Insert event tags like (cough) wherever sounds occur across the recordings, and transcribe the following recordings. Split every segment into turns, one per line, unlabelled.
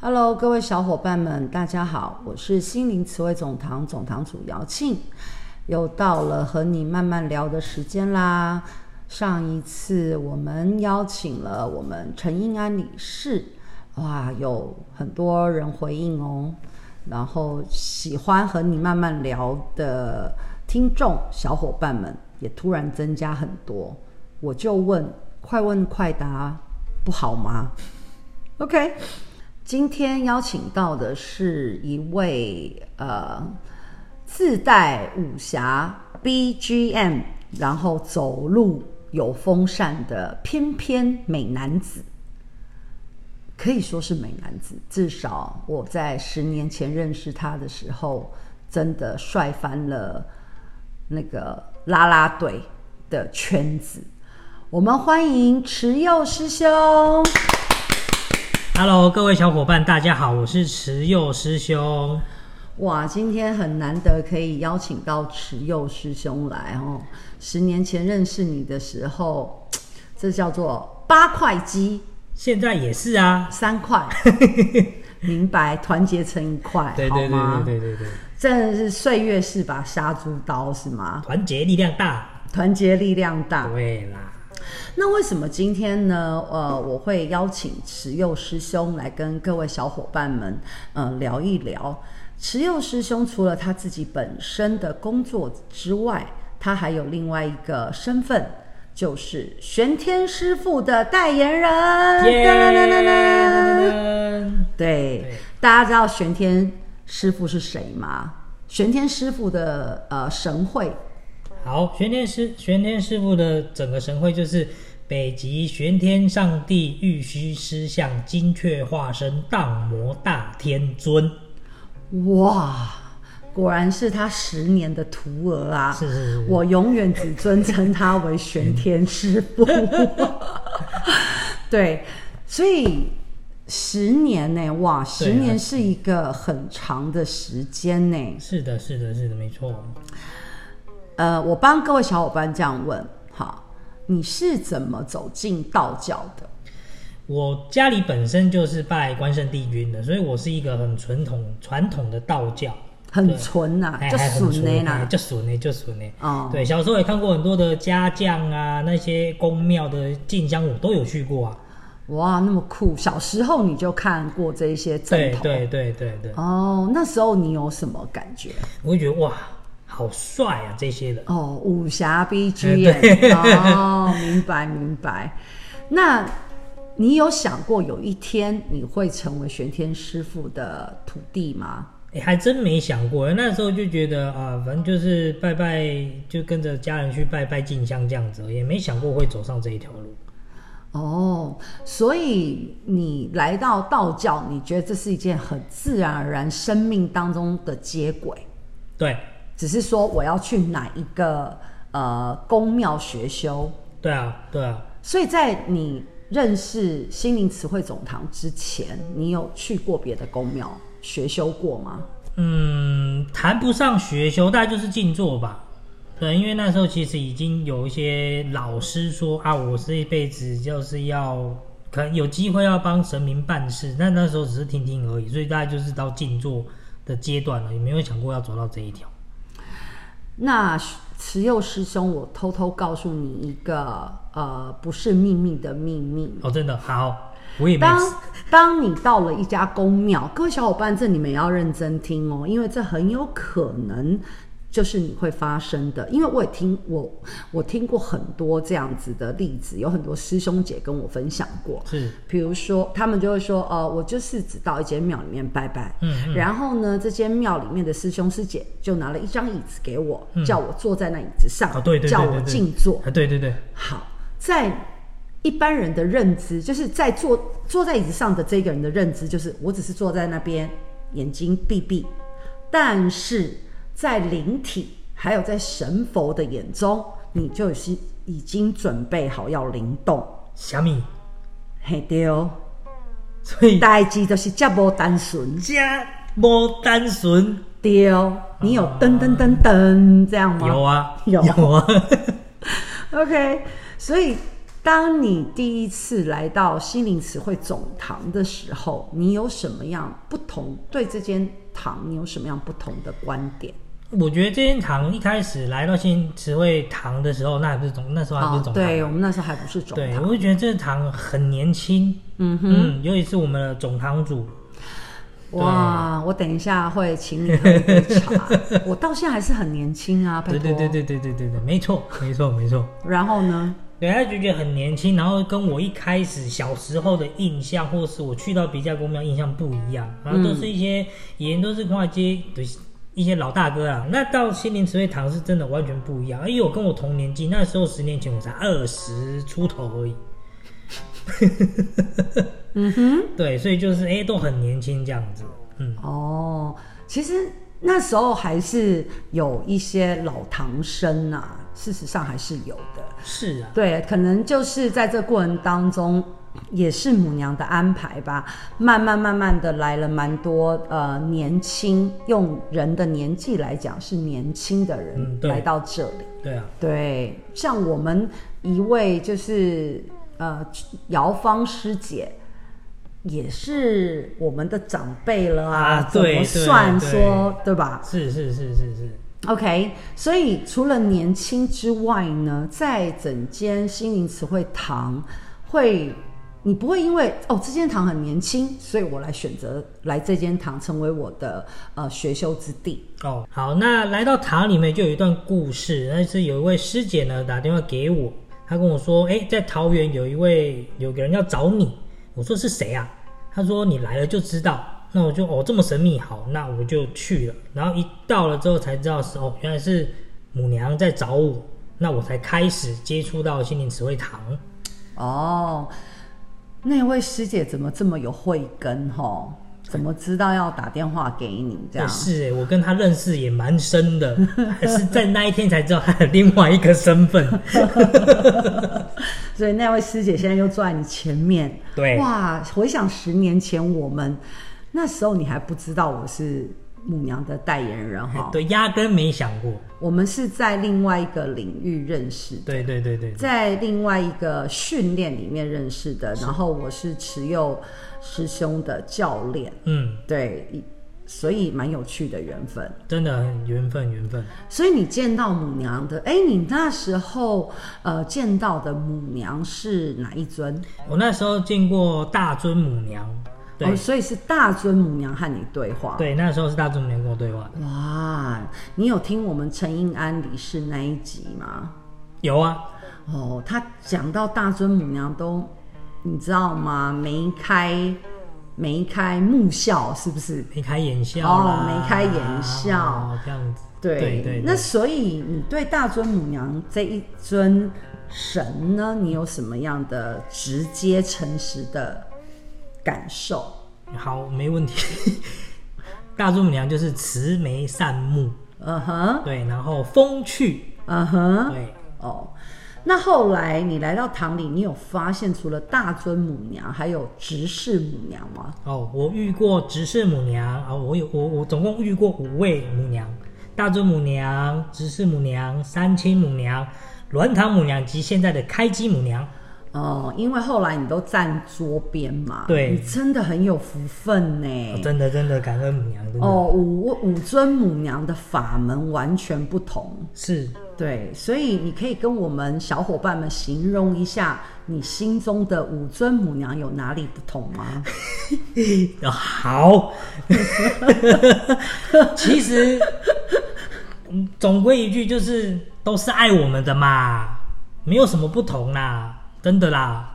Hello，各位小伙伴们，大家好，我是心灵慈惠总堂总堂主姚庆，又到了和你慢慢聊的时间啦。上一次我们邀请了我们陈英安理事，哇，有很多人回应哦。然后喜欢和你慢慢聊的听众小伙伴们也突然增加很多，我就问，快问快答不好吗？OK，今天邀请到的是一位呃自带武侠 BGM，然后走路有风扇的翩翩美男子。可以说是美男子，至少我在十年前认识他的时候，真的帅翻了那个啦啦队的圈子。我们欢迎池佑师兄，
Hello，各位小伙伴，大家好，我是慈幼师兄。
哇，今天很难得可以邀请到池佑师兄来哦。十年前认识你的时候，这叫做八块肌
现在也是啊，
三块，明白？团结成一块，
(laughs) 对对对对对对对，
真的是岁月是把杀猪刀，是吗？
团结力量大，
团结力量大。
对啦，
那为什么今天呢？呃，我会邀请持佑师兄来跟各位小伙伴们，呃，聊一聊。持佑师兄除了他自己本身的工作之外，他还有另外一个身份，就是玄天师傅的代言人。
耶！
噔噔噔噔噔
噔噔
对，
对
大家知道玄天师傅是谁吗？玄天师傅的呃神会
好，玄天师玄天师傅的整个神会就是北极玄天上帝玉虚狮像金雀化身荡魔大天尊，
哇，果然是他十年的徒儿啊！
是是是
我永远只尊称他为玄天师
(laughs)
傅。对，所以十年呢、哇，十年是一个很长的时间呢、
是的，是的，是的，没错。
呃，我帮各位小伙伴这样问，好，你是怎么走进道教的？
我家里本身就是拜关圣帝君的，所以我是一个很传统传统的道教。
很纯呐、
哎
就
还很
纯的
纯哎
呐，
就损呢，就损呢。
哦，
对，小时候也看过很多的家将啊，那些宫庙的进香，我都有去过啊。
哇，那么酷！小时候你就看过这一些正
对
统，
对对对对，
哦，那时候你有什么感觉？
我会觉得哇，好帅啊，这些人。
哦，武侠 BGM，、
哎对
哦，明白明白。那你有想过有一天你会成为玄天师傅的徒弟吗？
哎，还真没想过，那时候就觉得啊、反正就是拜拜，就跟着家人去拜拜进香这样子，也没想过会走上这一条路。
哦，所以你来到道教，你觉得这是一件很自然而然生命当中的接轨，
对，
只是说我要去哪一个呃宫庙学修。
对啊，对啊。
所以在你认识心灵词汇总堂之前，你有去过别的宫庙学修过吗？
嗯，谈不上学修，大概就是静坐吧。对，因为那时候其实已经有一些老师说啊，我这一辈子就是要可能有机会要帮神明办事，但那时候只是听听而已，所以大概就是到静坐的阶段了，也没有想过要走到这一条。
那慈幼师兄，我偷偷告诉你一个呃不是秘密的秘密。
哦，真的好，我也没
当当你到了一家宫庙，各位小伙伴，这你们也要认真听哦，因为这很有可能就是你会发生的。因为我也听我我听过很多这样子的例子，有很多师兄姐跟我分享过。
是
比如说，他们就会说，呃，我就是只到一间庙里面拜拜，
嗯
然后呢，这间庙里面的师兄师姐就拿了一张椅子给我，叫我坐在那椅子上，
嗯哦，对对对对对，
叫我静坐。
啊，对对对，
好，在一般人的认知，就是在坐坐在椅子上的这个人的认知，就是我只是坐在那边，眼睛闭闭。但是在灵体还有在神佛的眼中，你就是已经准备好要灵动，
小米，
嘿对哦。
所以
代志就是这么单纯，
家摸单纯
对哦，你有噔噔噔噔这样吗？
有啊
有
啊有啊，
OK，所以当你第一次来到心灵词汇总堂的时候，你有什么样不同？对这间堂，你有什么样不同的观点？
我觉得这间堂一开始来到新词汇堂的时候，那还不是啊总那时候还不是总堂，
哦对我们那时候还不是总
对，
堂，
我就觉得这堂很年轻，
嗯哼。
嗯，尤其是我们的总堂主，
哇，我等一下会请你喝一杯
(laughs)
茶。我到现在还是很年轻啊，拜
对
托。
对对对对对对对，没错没错没错，
然后呢？
对，他就觉得很年轻，然后跟我一开始小时候的印象，或是我去到别家公庙印象不一样，然后都
嗯
是一些以前都是跨街对一些老大哥啊，那到心灵慈惠堂是真的完全不一样，因为我跟我同年纪，那时候十年前我才二十出头而已， (laughs)
嗯哼，
对，所以就是哎、都很年轻这样子，嗯，
哦，其实那时候还是有一些老唐生啊，事实上还是有的。
是啊，
对，可能就是在这过程当中，也是母娘的安排吧。慢慢慢慢的来了蛮多呃年轻，用人的年纪来讲是年轻的人
嗯对
来到这里。
对啊，
对，像我们一位就是呃姚芳师姐，也是我们的长辈了啊，
啊对
怎么算说对吧
是是是是是，
？OK，所以除了年轻之外呢，在整间心灵词汇堂会。你不会因为哦这间堂很年轻，所以我来选择来这间堂成为我的呃学修之地。
哦，好，那来到塔里面就有一段故事，那是有一位师姐呢打电话给我，她跟我说，哎，在桃园有一位有个人要找你，我说是谁啊？她说你来了就知道，那我就哦这么神秘，好，那我就去了，然后一到了之后才知道是哦原来是母娘在找我，那我才开始接触到心灵词汇堂，
哦，那位师姐怎么这么有慧根吼？怎么知道要打电话给你这
对，
样？
是哎，我跟她认识也蛮
(laughs)
深的，还是在那一天才知道她的另外一个身份，
所以那位师姐现在又坐在你前面。
对
哇，回想十年前我们那时候，你还不知道我是母娘的代言人哈。，
对，压根没想过。
我们是在另外一个领域认识的。
对对对对，对
在另外一个训练里面认识的，然后我是持佑师兄的教练，
嗯，
对，一所以蛮有趣的缘分。
真的很缘分缘分。
所以你见到母娘的，哎，你那时候呃见到的母娘是哪一尊？
我那时候见过大尊母娘，对、
哦，所以是大尊母娘和你对话。，
对，那时候是大尊母娘跟我对话的。
哇，你有听我们陈印安理事那一集吗？
有啊，
哦，他讲到大尊母娘都，你知道吗？眉开眉开目笑，是不是？
眉开眼笑
哦
啦
眉开眼笑
哦这样子。
对
对对，
那
对
所以你对大尊母娘这一尊神呢，你有什么样的直接诚实的感受？
好没问题。 (laughs) 大尊母娘就是慈眉善目，
嗯哼，
对，然后风趣，
嗯哼，
对，
哦。那后来你来到堂里，你有发现除了大尊母娘，还有执事母娘吗？
哦，我遇过执事母娘啊、我有我我总共遇过五位母娘，大尊母娘、执事母娘、三清母娘、鸾堂母娘及现在的开基母娘。
哦，因为后来你都站桌边嘛，
对
你真的很有福分
哦
呢。
真的真的感恩母娘，真的、
哦，五五尊母娘的法门完全不同，
是
对，所以你可以跟我们小伙伴们形容一下你心中的五尊母娘有哪里不同
(laughs)
吗？
哦好。 (laughs) 其实，嗯总归一句就是都是爱我们的嘛，没有什么不同啦，真的啦。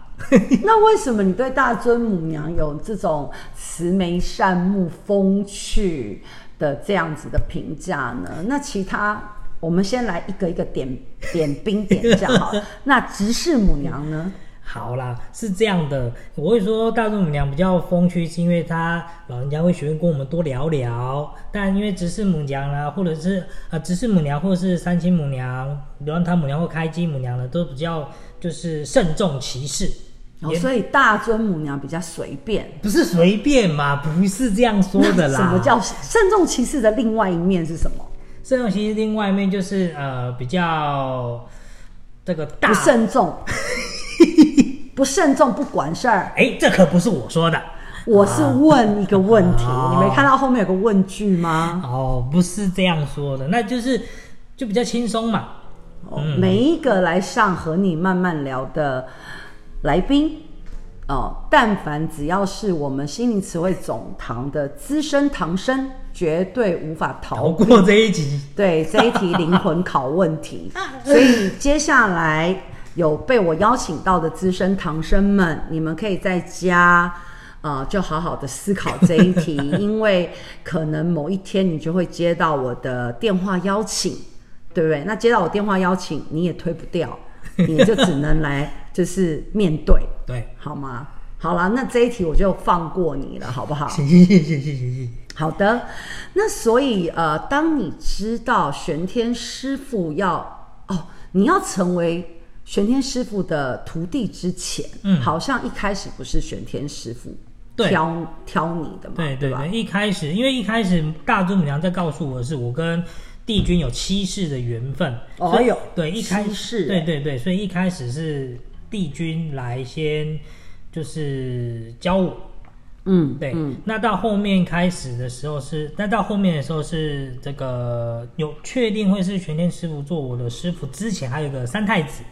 那为什么你对大尊母娘有这种慈眉善目、风趣的这样子的评价呢？那其他我们先来一个一个点点兵点将
(laughs)
好了。那执事母娘呢？
好啦，是这样的，我会说大众母娘比较风趣，是因为她老人家会喜欢跟我们多聊聊。但因为执事母娘啦、或者是呃执事母娘，或者是三清母娘、流浪堂母娘或开基母娘呢，都比较就是慎重其事。
哦，
也
所以大尊母娘比较随便。
不是随便嘛，不是这样说的啦。
什么叫慎重其事的另外一面是什么？
这种？其实另外一面就是呃比较这个大 (laughs)
不慎重。不慎重不管事儿。
哎，这可不是我说的。
我是问一个问题，
啊
你没看到后面有个问句吗？
哦，不是这样说的，那就是就比较轻松嘛。
哦
嗯
每一个来上和你慢慢聊的来宾，哦，但凡只要是我们心灵词汇总堂的资深堂生，绝对无法逃
熬过这一集，
对这一题灵魂拷问题，所以接下来有被我邀请到的资深唐生们，你们可以在家。呃，就好好的思考这一题，因为可能某一天你就会接到我的电话邀请，对不对？那接到我电话邀请，你也推不掉，你就只能来就是面对，
对，
好吗？好啦，那这一题我就放过你了，好不好？
行行行行行行行，
好的，那所以呃，当你知道玄天师傅要哦，你要成为玄天师傅的徒弟之前，
嗯
好像一开始不是玄天师傅
对
挑挑你的嘛，
对对
吧？
对，一开始因为一开始大朱母娘在告诉我的是我跟帝君有七世的缘分，
哦
所以
哟
对，一开
七世
对
哎
对对，所以一开始是帝君来先就是教我，
嗯，
对，
嗯，
那到后面开始的时候是，那到后面的时候是这个有确定会是玄天师傅做我的师傅之前，还有个三太子，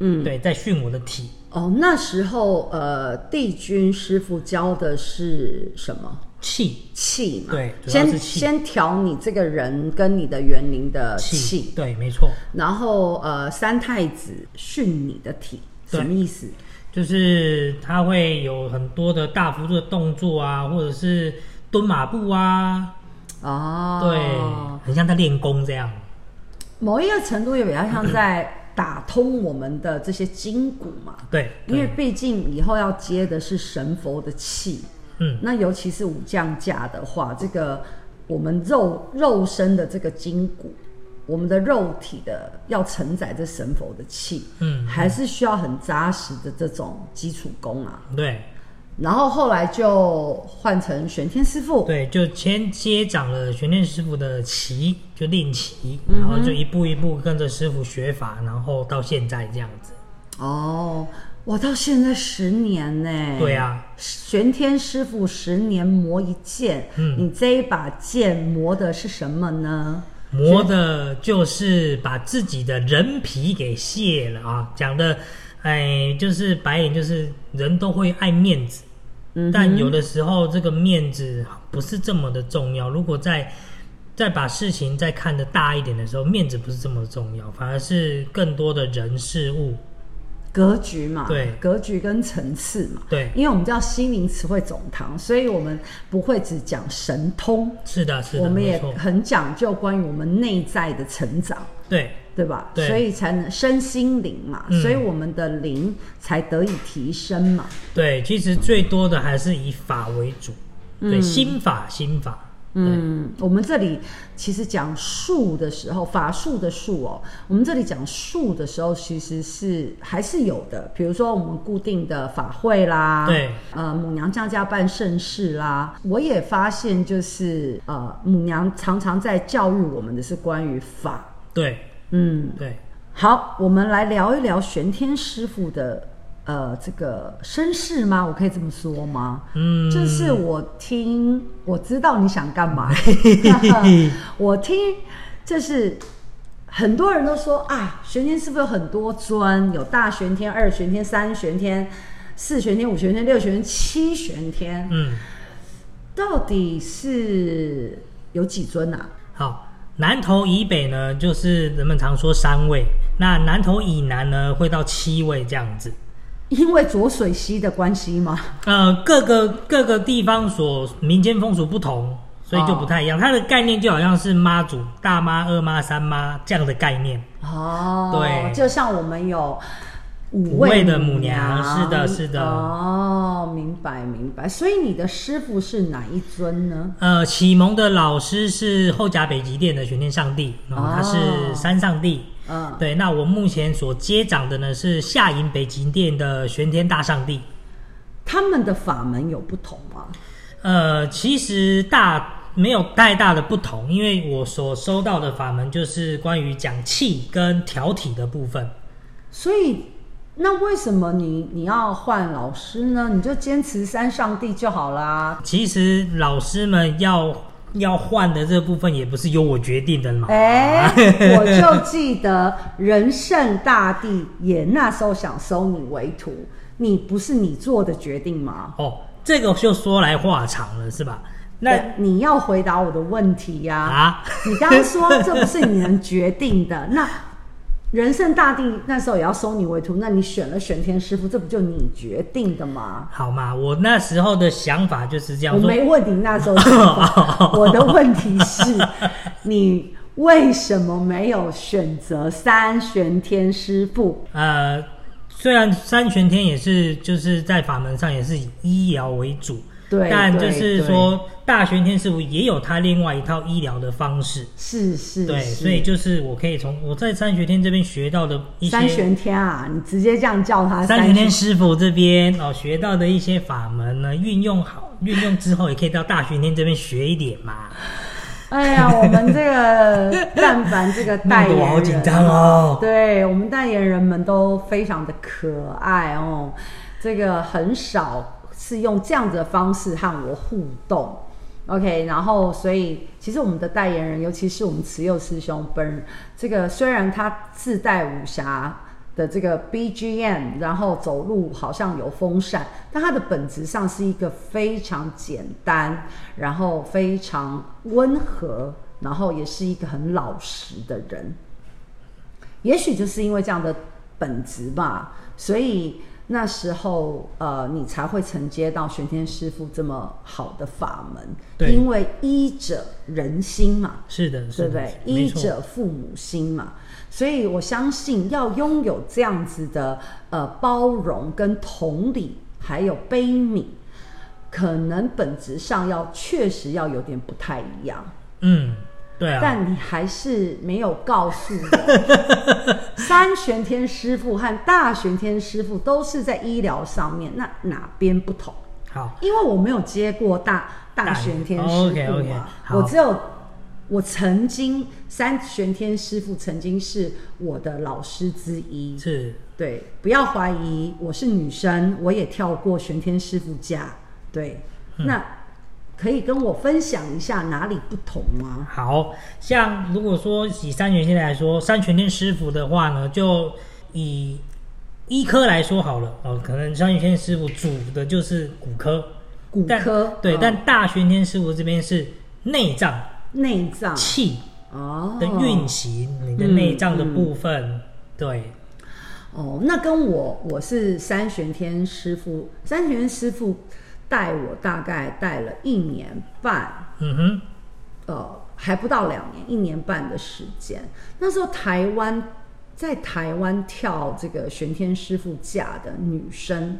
嗯
对，在训我的体，
哦，那时候呃，帝君师傅教的是什么？
气
气嘛，
对主要
先
是气
先调你这个人跟你的园林的气，
对，没错，
然后呃，三太子训你的体，
对
什么意思？
就是他会有很多的大幅度的动作啊，或者是蹲马步啊，
哦，
对，很像在练功这样，
对，某一个程度也比较像在打通我们的这些筋骨嘛，
对，
因为
对
毕竟以后要接的是神佛的气，
嗯，
那尤其是武将架的话，这个我们肉肉身的这个筋骨，我们的肉体的要承载这神佛的气，
嗯
还是需要很扎实的这种基础功啊。
对
然后后来就换成玄天师傅，
对，就先接掌了玄天师傅的棋，就练棋，然
嗯
后就一步一步跟着师傅学法，然后到现在这样子。
哦，我到现在十年呢、
对啊，
玄天师傅十年磨一剑，
嗯
你这一把剑磨的是什么呢？
磨的就是把自己的人皮给卸了啊，讲的，哎，就是白眼，就是人都会爱面子，
嗯哼
但有的时候这个面子不是这么的重要。如果再再把事情再看得大一点的时候，面子不是这么重要，反而是更多的人事物。
格局嘛，
对
格局跟层次嘛，
对，
因为我们叫心灵词汇总堂，所以我们不会只讲神通，
是的，是的，
我们
没
也
错，
很讲究关于我们内在的成长。
对，
对吧？
对
所以才能身心灵嘛，
嗯
所以我们的灵才得以提升嘛。
对，其实最多的还是以法为主，对，心法，心法，对，
嗯，我们这里其实讲术的时候，法术的术哦，我们这里讲术的时候，其实是还是有的，比如说我们固定的法会啦，
对，
呃，母娘降价办盛事啦，我也发现就是呃，母娘常常在教育我们的是关于法，
对，
嗯，
对，
好，我们来聊一聊玄天师傅的呃这个身世吗？我可以这么说吗？
嗯，
就是我听，我知道你想干嘛。我听，就是很多人都说啊，玄天师傅有很多尊，有大玄天、二玄天、三玄天、四玄天、五玄天、六玄天、七玄天，
嗯，
到底是有几尊啊？
好，南头以北呢，就是人们常说三位，那南头以南呢，会到七位这样子。
因为浊水溪的关系吗？
呃，各个各个地方所民间风俗不同，所以就不太一样。它的概念就好像是妈祖、大妈、二妈、三妈这样的概念。
哦，
对
就像我们有五
五位的
母
母娘是的是的
哦，明白明白。所以你的师傅是哪一尊呢？
呃，启蒙的老师是后甲北极殿的玄天上帝，然后他
哦
是三上帝。
嗯，
对，那我目前所接掌的呢是下营北极殿的玄天大上帝。
他们的法门有不同吗？
呃，其实大没有太大的不同，因为我所收到的法门就是关于讲气跟调体的部分。
所以那为什么你你要换老师呢？你就坚持三上帝就好啦。
其实老师们要要换的这部分也不是由我决定的嘛。
哎、我就记得仁圣大帝也那时候想收你为徒，你不是你做的决定吗？
哦，这个就说来话长了，是吧？那
对你要回答我的问题呀、
啊，
你刚刚说这不是你能决定的，那仁圣大帝那时候也要收你为徒，那你选了玄天师傅，这不就你决定的吗？
好嘛，我那时候的想法就是这样
我
说。
没问你那时候想法，我的问题
(laughs)
是，你为什么没有选择三玄天师傅？
呃，虽然三全天也是就是在法门上也是以医疗为主，
对
但就
对
是
对
说大玄天师傅也有他另外一套医疗的方式。
是是
对，
是，
所以就是我可以从我在三学天这边学到的一些
三玄天啊，你直接这样叫他
三学
玄
天师傅这边哦学到的一些法门呢，运用好，运用之后也可以到大学天这边学一点嘛。
哎呀，我们这
(laughs)
个但凡这个代
弄得
言人，
我
啊
好紧张哦。
对我们代言人们都非常的可爱哦，这个很少是用这样子的方式和我互动。OK，然后所以其实我们的代言人，尤其是我们慈幼师兄本人，这个虽然他自带武侠的这个 BGM，然后走路好像有风扇，但他的本质上是一个非常简单，然后非常温和，然后也是一个很老实的人。也许就是因为这样的本质吧，所以那时候呃，你才会承接到玄天师傅这么好的法门，
对
因为医者仁心嘛，
是的，
对
是
不
的
对？，
没
医
错。
者父母心嘛，所以我相信要拥有这样子的呃包容跟同理，还有悲悯，可能本质上要确实要有点不太一样。
嗯，对啊。
但你还是没有告诉我，
(laughs)
三玄天师傅和大玄天师傅都是在医疗上面，那哪边不同？
好，
因为我没有接过大大玄天师
大哦
傅
OK，OK，
嘛，
好
我只有我曾经三玄天师傅曾经是我的老师之一，
是
对，不要怀疑，我是女生，我也跳过玄天师傅家，对，
嗯
那可以跟我分享一下哪里不同吗？
好像如果说以三全天来说，三全天师傅的话呢，就以医科来说好了哦，可能三全天师傅主的就是骨科，
骨
但
科
对，
嗯
但大玄天师傅这边是内脏
内脏
气
哦嗯
的运行，你的内脏的部分，对，
哦，那跟我我是三玄天师傅，三玄师傅带我大概带了一年半，
嗯哼，
呃，还不到两年，一年半的时间。那时候台湾在台湾跳这个玄天师傅架的女生，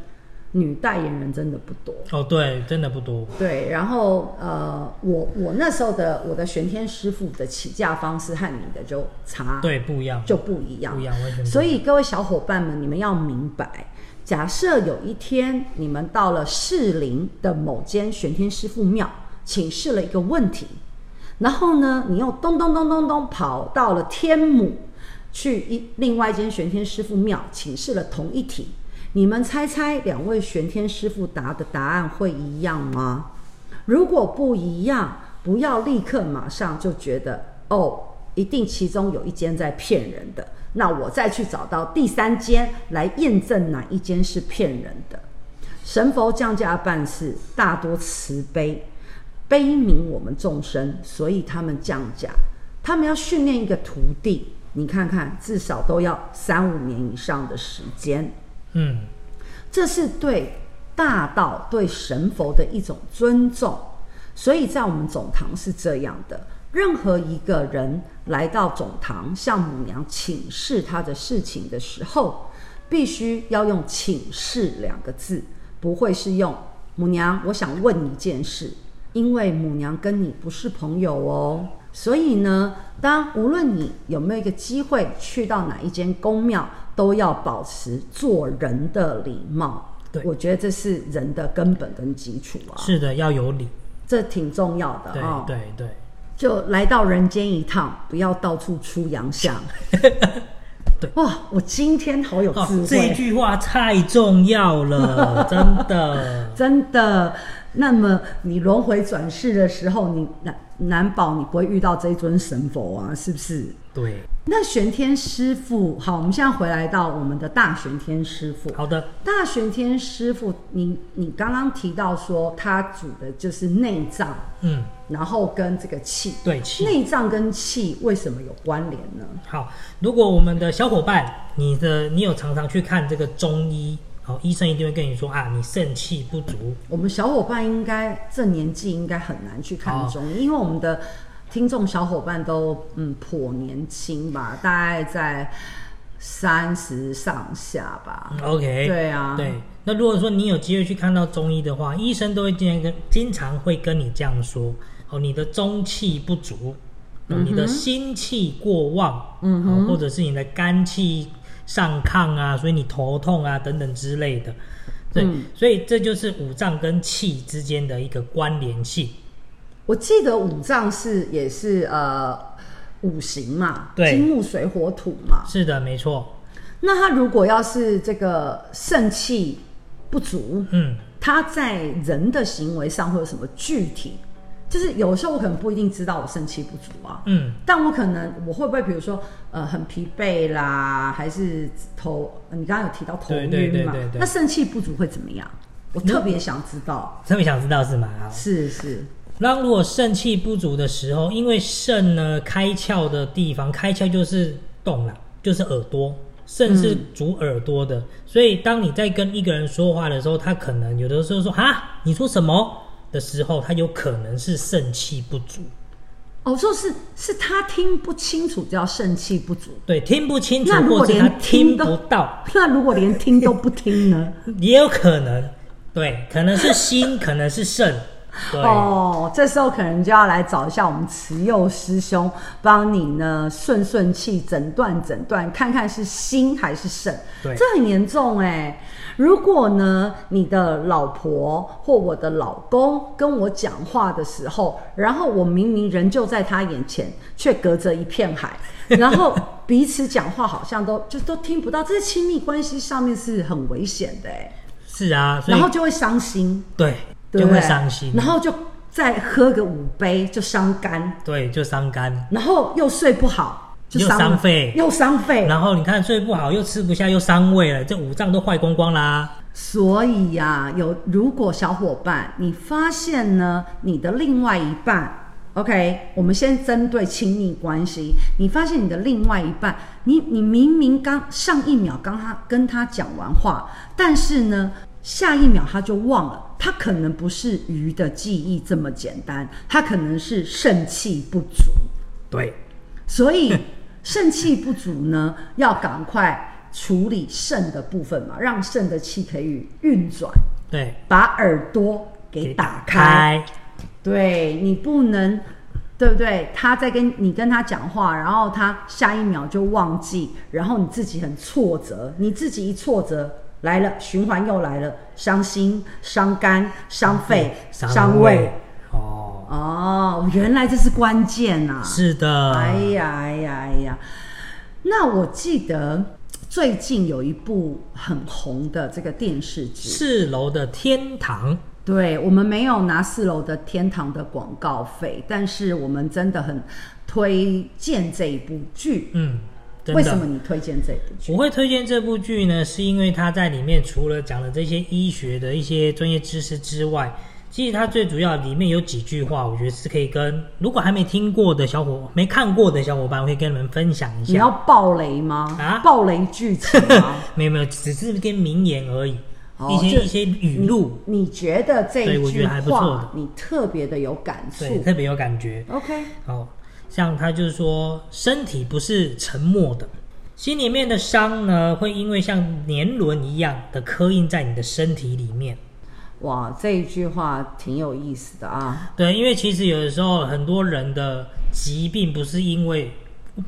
女代言人真的不多。
哦对，真的不多，
对，然后呃，我我那时候的我的玄天师傅的起架方式和你的就差
对，不一样，
就不一样，
不一样，完全不一样
所以各位小伙伴们，你们要明白，假设有一天你们到了士林的某间玄天师傅庙，请示了一个问题，然后呢，你又咚咚咚咚咚跑到了天母，去一另外一间玄天师傅庙请示了同一题，你们猜猜两位玄天师傅答的答案会一样吗？如果不一样，不要立刻马上就觉得哦，一定其中有一间在骗人的，那我再去找到第三间来验证哪一间是骗人的。神佛降价办事大多慈悲，悲悯我们众生，所以他们降价。他们要训练一个徒弟，你看看，至少都要三五年以上的时间。
嗯，
这是对大道、对神佛的一种尊重。所以在我们总堂是这样的：任何一个人来到总堂向母娘请示他的事情的时候，必须要用“请示”两个字，不会是用“母娘，我想问一件事”，因为母娘跟你不是朋友哦。所以呢，当无论你有没有一个机会去到哪一间宫庙，都要保持做人的礼貌。
对
我觉得这是人的根本跟基础啊，
是的，要有理，
这挺重要的
对
啊、
对对，
就来到人间一趟，不要到处出洋相。
对。
哇，我今天好有
哦
智，
这一
慧，
句话太重要了，真的。
真的。那么你轮回转世的时候，你难难保你不会遇到这一尊神佛啊，是不是？
对，
那玄天师傅，好，我们现在回来到我们的大玄天师傅。
好的，
大玄天师傅，你你刚刚提到说他煮的就是内脏，
嗯，
然后跟这个气，
对，气
内脏跟气为什么有关联呢？
好，如果我们的小伙伴，你的你有常常去看这个中医，哦，医生一定会跟你说啊，你肾气不足，
我们小伙伴应该这年纪应该很难去看
哦
中医，因为我们的听众小伙伴都嗯颇年轻吧，大概在三十上下吧。
嗯 OK，
对啊，
对，那如果说你有机会去看到中医的话，医生都会经常跟经常会跟你这样说：哦，你的中气不足，哦、你的心气过旺，
嗯
哦，或者是你的肝气上亢啊，所以你头痛啊等等之类的。对，
嗯
所以这就是五脏跟气之间的一个关联性。
我记得五脏是也是呃五行嘛，
对
金木水火土嘛。
是的，没错。
那他如果要是这个肾气不足，
嗯，
他在人的行为上会有什么具体？就是有时候我可能不一定知道我肾气不足啊，
嗯，
但我可能我会不会比如说呃很疲惫啦，还是头？你刚刚有提到头晕嘛？
对对对对对
那肾气不足会怎么样？我特别想知道。
特别想知道是吗？好
是是，
那如果肾气不足的时候，因为肾呢开窍的地方，开窍就是洞啦，就是耳朵，肾是主耳朵的，所以当你在跟一个人说话的时候，他可能有的时候说啊，你说什么的时候，他有可能是肾气不足，
哦，说是是他听不清楚叫肾气不足，
对，听不清楚，
那如果
或是他
连
听
听都
不到，
那如果连听都不听呢？
也有可能，对，可能是心，可能是肾，
(laughs)
对，
哦，这时候可能就要来找一下我们慈幼师兄，帮你呢顺顺气诊断诊断，看看是心还是肾。
对
这很严重哎、如果呢你的老婆或我的老公跟我讲话的时候，然后我明明人就在他眼前，却隔着一片海，然后彼此讲话好像都就都听不到，这是亲密关系上面是很危险的哎、
是啊，所以
然后就会伤心。
对，
对
就
不对
会伤心，
然后就再喝个五杯就伤肝，
对，就伤肝。
然后又睡不好，就
又伤肺
又伤肺。
然后你看睡不好，又吃不下，又伤胃了，这五脏都坏光光啦。
所以呀、有如果小伙伴你发现呢，你的另外一半。OK，我们先针对亲密关系，你发现你的另外一半，你你明明刚上一秒刚他跟他讲完话，但是呢，下一秒他就忘了，他可能不是鱼的记忆这么简单，他可能是肾气不足。
对，
所以肾气不足呢， (laughs) 要赶快处理肾的部分嘛，让肾的气可以运转，
对，
把耳朵给打开。，对你不能，对不对？他在跟你跟他讲话，然后他下一秒就忘记，然后你自己很挫折，你自己一挫折。来了，循环又来了，伤心、伤肝、伤肺、
伤胃。哦，
哦，原来这是关键呐、
是的，
哎呀哎呀哎呀！那我记得最近有一部很红的这个电视剧，
四楼的天堂，
对我们没有拿四楼的天堂的广告费，但是我们真的很推荐这一部剧。
嗯，真的
为什么你推荐这一部剧？
我会推荐这部剧呢？是因为它在里面除了讲了这些医学的一些专业知识之外，其实它最主要里面有几句话，我觉得是可以跟如果还没听过的小伙、没看过的小伙伴，我会跟你们分享一
你
下
要。爆雷吗？
啊
爆雷剧情吗？
(laughs) 没有没有，只是一些名言而已，
哦
一
就嗯
些一些语录，
你觉得这
对
一
我觉
句
得还不错
话
的
你特别的有感触
对，特别有感觉。
？OK，
哦，像他就是说，身体不是沉默的，心里面的伤呢，会因为像年轮一样的刻印在你的身体里面。
哇，这一句话挺有意思的啊。
对，因为其实有的时候很多人的疾病不是因为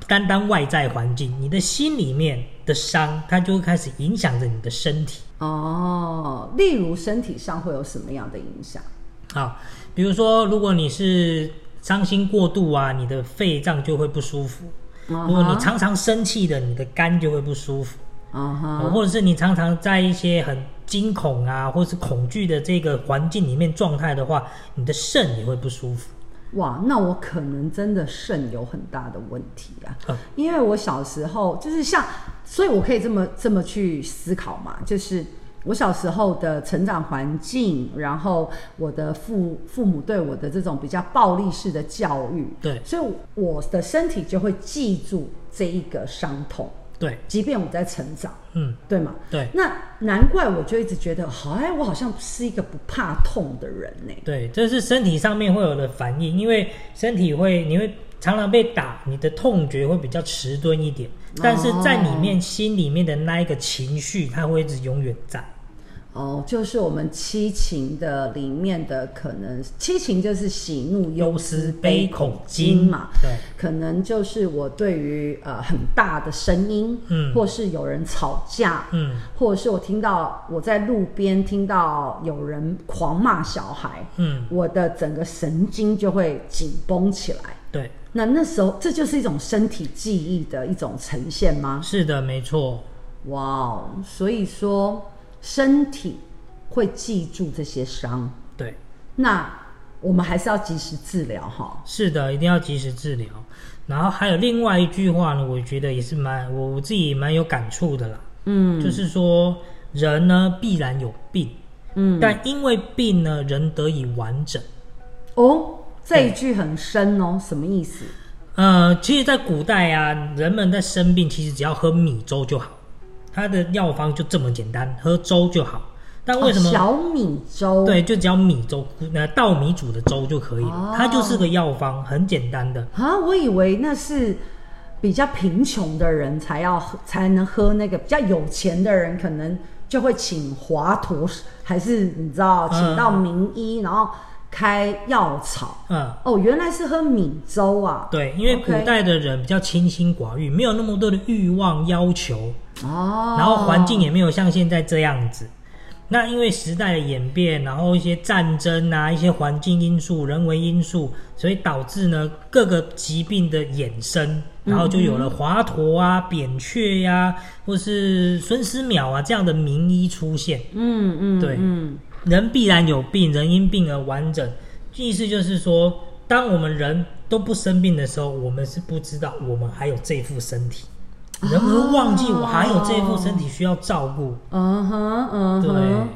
单单外在环境，你的心里面的伤，它就会开始影响着你的身体。
哦，例如身体上会有什么样的影响？
好，比如说，如果你是伤心过度啊，你的肺脏就会不舒服。
嗯哼
如果你常常生气的，你的肝就会不舒服，
嗯
哦
哼，
或者是你常常在一些很惊恐啊，或是恐惧的这个环境里面状态的话，你的肾也会不舒服。
哇，那我可能真的肾有很大的问题啊，
嗯
因为我小时候就是像，所以我可以这么这么去思考嘛，就是我小时候的成长环境，然后我的父父母对我的这种比较暴力式的教育，
对
所以我的身体就会记住这一个伤痛，
对，
即便我在成长，
嗯，
对吗？
对
那难怪我就一直觉得，好哎，我好像是一个不怕痛的人呢、
对，这是身体上面会有的反应，因为身体会，你会常常被打，你的痛觉会比较迟钝一点，但是在
哦
里面、心里面的那一个情绪，它会一直永远在。
哦，就是我们七情的里面的可能，七情就是喜怒忧思悲恐惊嘛。
对
可能就是我对于呃很大的声音，
嗯
或是有人吵架，
嗯，
或者是我听到我在路边听到有人狂骂小孩，
嗯，
我的整个神经就会紧绷起来。
对，
那那时候，这就是一种身体记忆的一种呈现吗？
是的，没错，
哇哦！所以说，身体会记住这些伤，
对，
那我们还是要及时治疗哈。
是的，一定要及时治疗。然后还有另外一句话呢，我觉得也是蛮我我自己也蛮有感触的啦，
嗯
就是说人呢必然有病，
嗯，
但因为病呢，人得以完整。
哦，这一句很深哦，什么意思？
呃，其实，在古代啊，人们在生病，其实只要喝米粥就好，它的药方就这么简单，喝粥就好。但为什么？
哦小米粥？
对，就只要米粥，呃，稻米煮的粥就可以了，
哦
它就是个药方，很简单的。
啊，我以为那是比较贫穷的人才要喝才能喝那个，比较有钱的人可能就会请华佗，还是你知道，请到名医，然后开药草。
嗯，
哦，原来是喝米粥啊！
对，因为古
OK
代的人比较清心寡欲，没有那么多的欲望要求，
哦，
然后环境也没有像现在这样子。那因为时代的演变，然后一些战争啊，一些环境因素、人为因素，所以导致呢各个疾病的衍生，然后就有
嗯
了华佗啊、扁鹊呀、或是孙思邈啊这样的名医出现。
嗯嗯
对
嗯
人必然有病，人因病而完整。意思就是说，当我们人都不生病的时候，我们是不知道我们还有这副身体，
啊
人会忘记我还有这副身体需要照顾。
嗯哼嗯
对，
哼。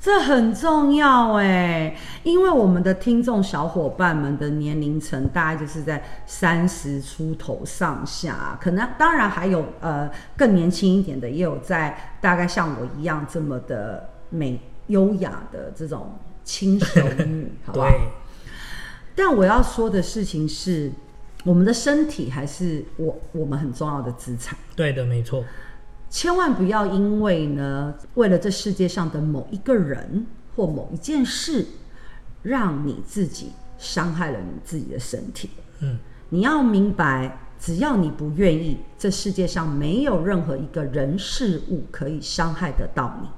这很重要哎，因为我们的听众小伙伴们的年龄层大概就是在三十出头上下，可能当然还有呃更年轻一点的，也有在大概像我一样这么的美优雅的这种轻熟女，好不好？
对，
但我要说的事情是，我们的身体还是我我们很重要的资产。
对的，没错。
千万不要因为呢，为了这世界上的某一个人或某一件事，让你自己伤害了你自己的身体。
嗯，
你要明白，只要你不愿意，这世界上没有任何一个人事物可以伤害得到你，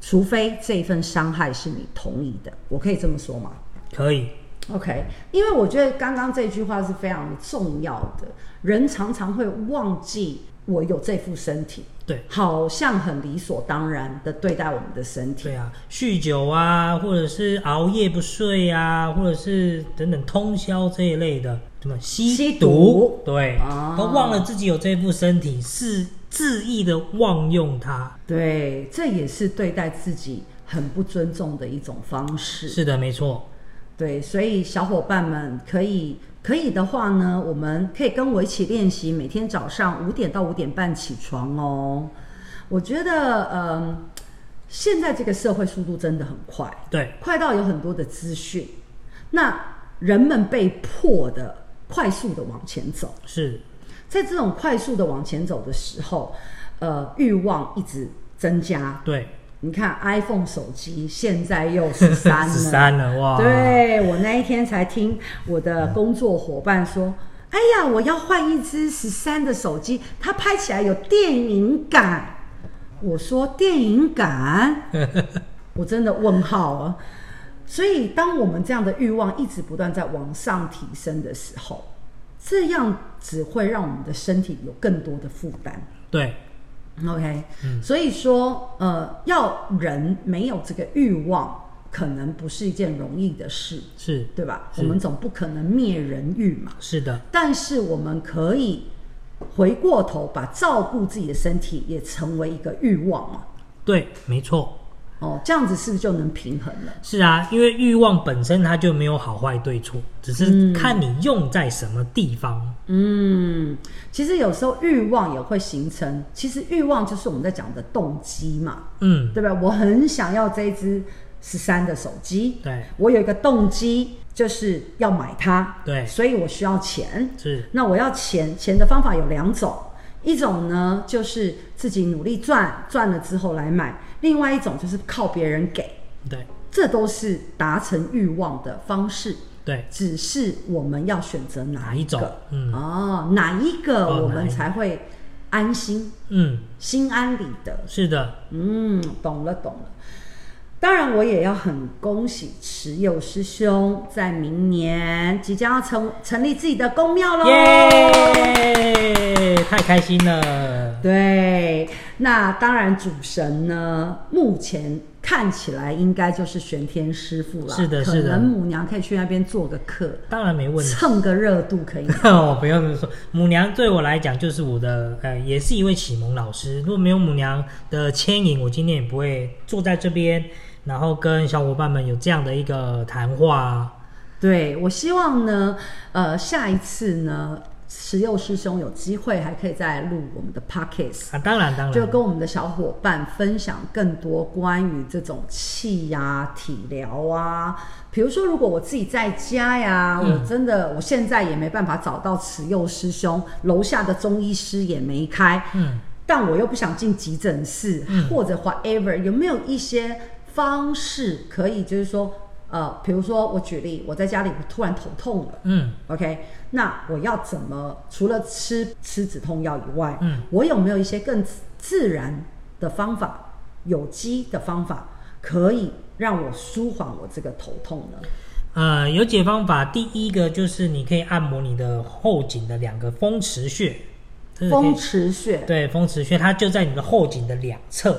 除非这份伤害是你同意的。我可以这么说吗？
可以。
OK，因为我觉得刚刚这句话是非常重要的。人常常会忘记我有这副身体，
对
好像很理所当然的对待我们的身体。
对啊，酗酒啊，或者是熬夜不睡啊，或者是等等通宵这一类的，什么吸
吸毒
对，
哦
都忘了自己有这副身体，是恣意的妄用它。
对，这也是对待自己很不尊重的一种方式。
是的，没错。
对，所以小伙伴们可以可以的话呢，我们可以跟我一起练习，每天早上五点到五点半起床哦。我觉得，嗯，现在这个社会速度真的很快，
对，
快到有很多的资讯，那人们被迫的快速的往前走，
是，
在这种快速的往前走的时候，呃，欲望一直增加。
对，
你看 iPhone 手机现在又十三了，
(laughs) 十三了哇！，
对我那一天才听我的工作伙伴说，哎呀，我要换一只十三的手机，它拍起来有电影感。我说电影感，我真的问号啊。所以，当我们这样的欲望一直不断在往上提升的时候，这样只会让我们的身体有更多的负担。
对，
OK，、所以说，呃，要人没有这个欲望，可能不是一件容易的事，
是
对吧？
是
我们总不可能灭人欲嘛。
是的，
但是我们可以回过头，把照顾自己的身体也成为一个欲望嘛。
对，没错，
哦，这样子是不是就能平衡了？
是啊，因为欲望本身它就没有好坏对错，只是看你用在什么地方。
嗯，其实有时候欲望也会形成，其实欲望就是我们在讲的动机嘛。
嗯，
对吧？我很想要这一只十三的手机，
对
我有一个动机就是要买它，
对
所以我需要钱。
是，
那我要钱，钱的方法有两种，一种呢就是自己努力赚，赚了之后来买；，另外一种就是靠别人给，
对，
这都是达成欲望的方式。
对，
只是我们要选择哪
哪一种
个？
嗯
哦，哪一个
哦
我
哪一
们
个
才会安心、
嗯，
心安理得？
是的，
嗯，懂了懂了。当然，我也要很恭喜持有师兄在明年即将要成成立自己的公庙喽。
耶，太开心了。
对，那当然主神呢，目前看起来应该就是玄天师傅啦。
是的
可
是的
能母娘可以去那边做个客，
当然没问题。
蹭个热度可以。
(laughs) 我不用这么说，母娘对我来讲就是我的，呃，也是一位启蒙老师。如果没有母娘的牵引，我今天也不会坐在这边，然后跟小伙伴们有这样的一个谈话。啊
对，我希望呢，呃，下一次呢，持有师兄有机会还可以再录我们的 pockets。
啊，当然当
就
然，
跟我们的小伙伴分享更多关于这种气呀、体疗啊，比如说，如果我自己在家呀，我真的我现在也没办法找到慈幼师兄，楼下的中医师也没开，
嗯，
但我又不想进急诊室，或者 whatever，有没有一些方式可以，就是说，呃，比如说我举例，我在家里我突然头痛了，
嗯，
OK，那我要怎么除了吃吃止痛药以外，
嗯，
我有没有一些更自自然的方法、有机的方法，可以让我舒缓我这个头痛呢？
呃，有解方法，第一个就是你可以按摩你的后颈的两个风池穴，这是可以
风池穴，
对风池穴，它就在你的后颈的两侧，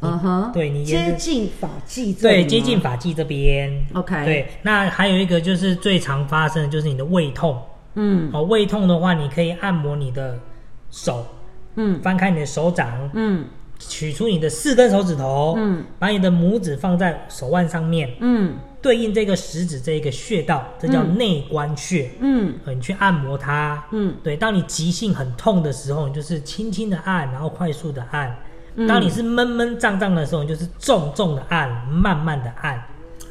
嗯哼，
对你沿
接
着
近法际这里
对，
吗
接近，发际这边。
OK
对，那还有一个就是最常发生的就是你的胃痛。
嗯
哦，胃痛的话，你可以按摩你的手，
嗯
翻开你的手掌，
嗯
取出你的四根手指头，
嗯，
把你的拇指放在手腕上面，
嗯
对应这个食指这一个穴道，这叫
嗯
内关穴。
嗯
呃你去按摩它，
嗯
对，当你急性很痛的时候，你就是轻轻的按，然后快速的按；
嗯
当你是闷闷胀胀的时候，你就是重重的按，慢慢的按。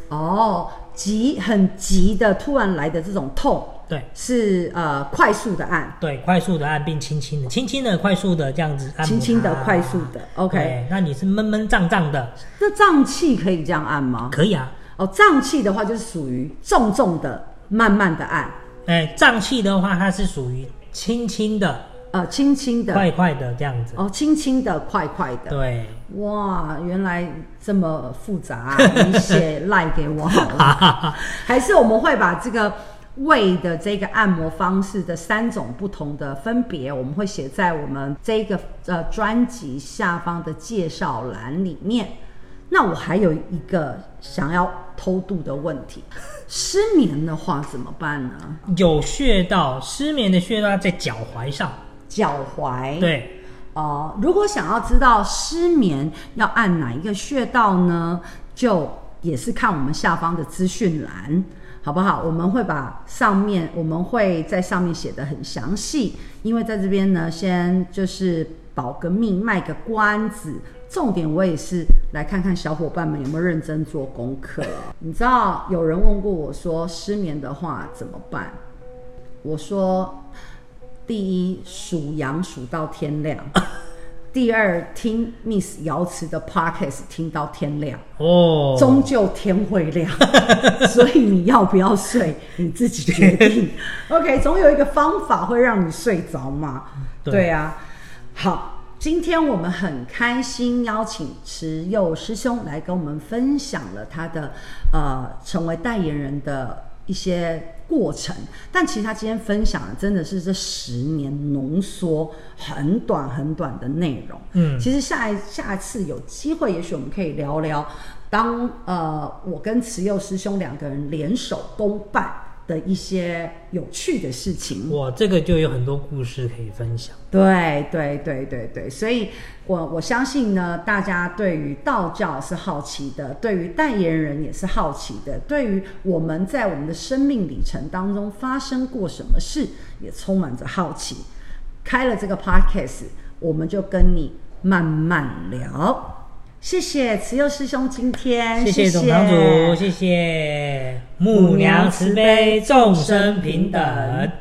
哦，急很急的突然来的这种痛，
对
是呃快速的按，
对，快速的按，并轻轻的、轻轻的、快速的这样子按摩它。
轻轻的快速的，OK
对那你是闷闷胀胀的，
那胀气可以这样按吗？
可以啊。
哦，胀气的话就是属于重重的、慢慢的按，
哎，胀气的话，它是属于轻轻的、
呃，轻轻的，嗯
快快的这样子。
哦，轻轻的、快快的。
对，
哇，原来这么复杂、 (laughs) 啊，你写赖给我好
哈
了。
哈哈，
还是我们会把这个胃的这个按摩方式的三种不同的分别，我们会写在我们这个呃专辑下方的介绍栏里面。那我还有一个想要偷渡的问题，失眠的话怎么办呢？
有穴道，失眠的穴道在脚踝上。
脚踝。，
对，
哦、如果想要知道失眠要按哪一个穴道呢，就也是看我们下方的资讯栏，好不好？我们会把上面我们会在上面写的很详细，因为在这边呢，先就是保个密，卖个关子。重点我也是来看看小伙伴们有没有认真做功课。你知道有人问过我说失眠的话怎么办？我说，第一数羊数到天亮，第二听 Miss 瑶池的 Podcast 听到天亮，
哦，
终究天会
(laughs)
亮，所以你要不要睡你自己决
(laughs)
定。OK，总有一个方法会让你睡着嘛？
对
对啊，好。今天我们很开心邀请池佑师兄来跟我们分享了他的呃成为代言人的一些过程，但其实他今天分享的真的是这十年浓缩很短很短的内容。
嗯
其实下一下一次有机会，也许我们可以聊聊当呃我跟慈幼师兄两个人联手公办的一些有趣的事情。
哇，这个就有很多故事可以分享。
对对对对对，所以我我相信呢，大家对于道教是好奇的，对于代言人也是好奇的，对于我们在我们的生命里程当中发生过什么事，也充满着好奇。开了这个 podcast，我们就跟你慢慢聊。谢谢慈幼师兄，今天
谢哎谢总堂主，谢谢
母
母
娘
娘
慈
慈
悲
悲，
众
众
生
生
平
平
等
等。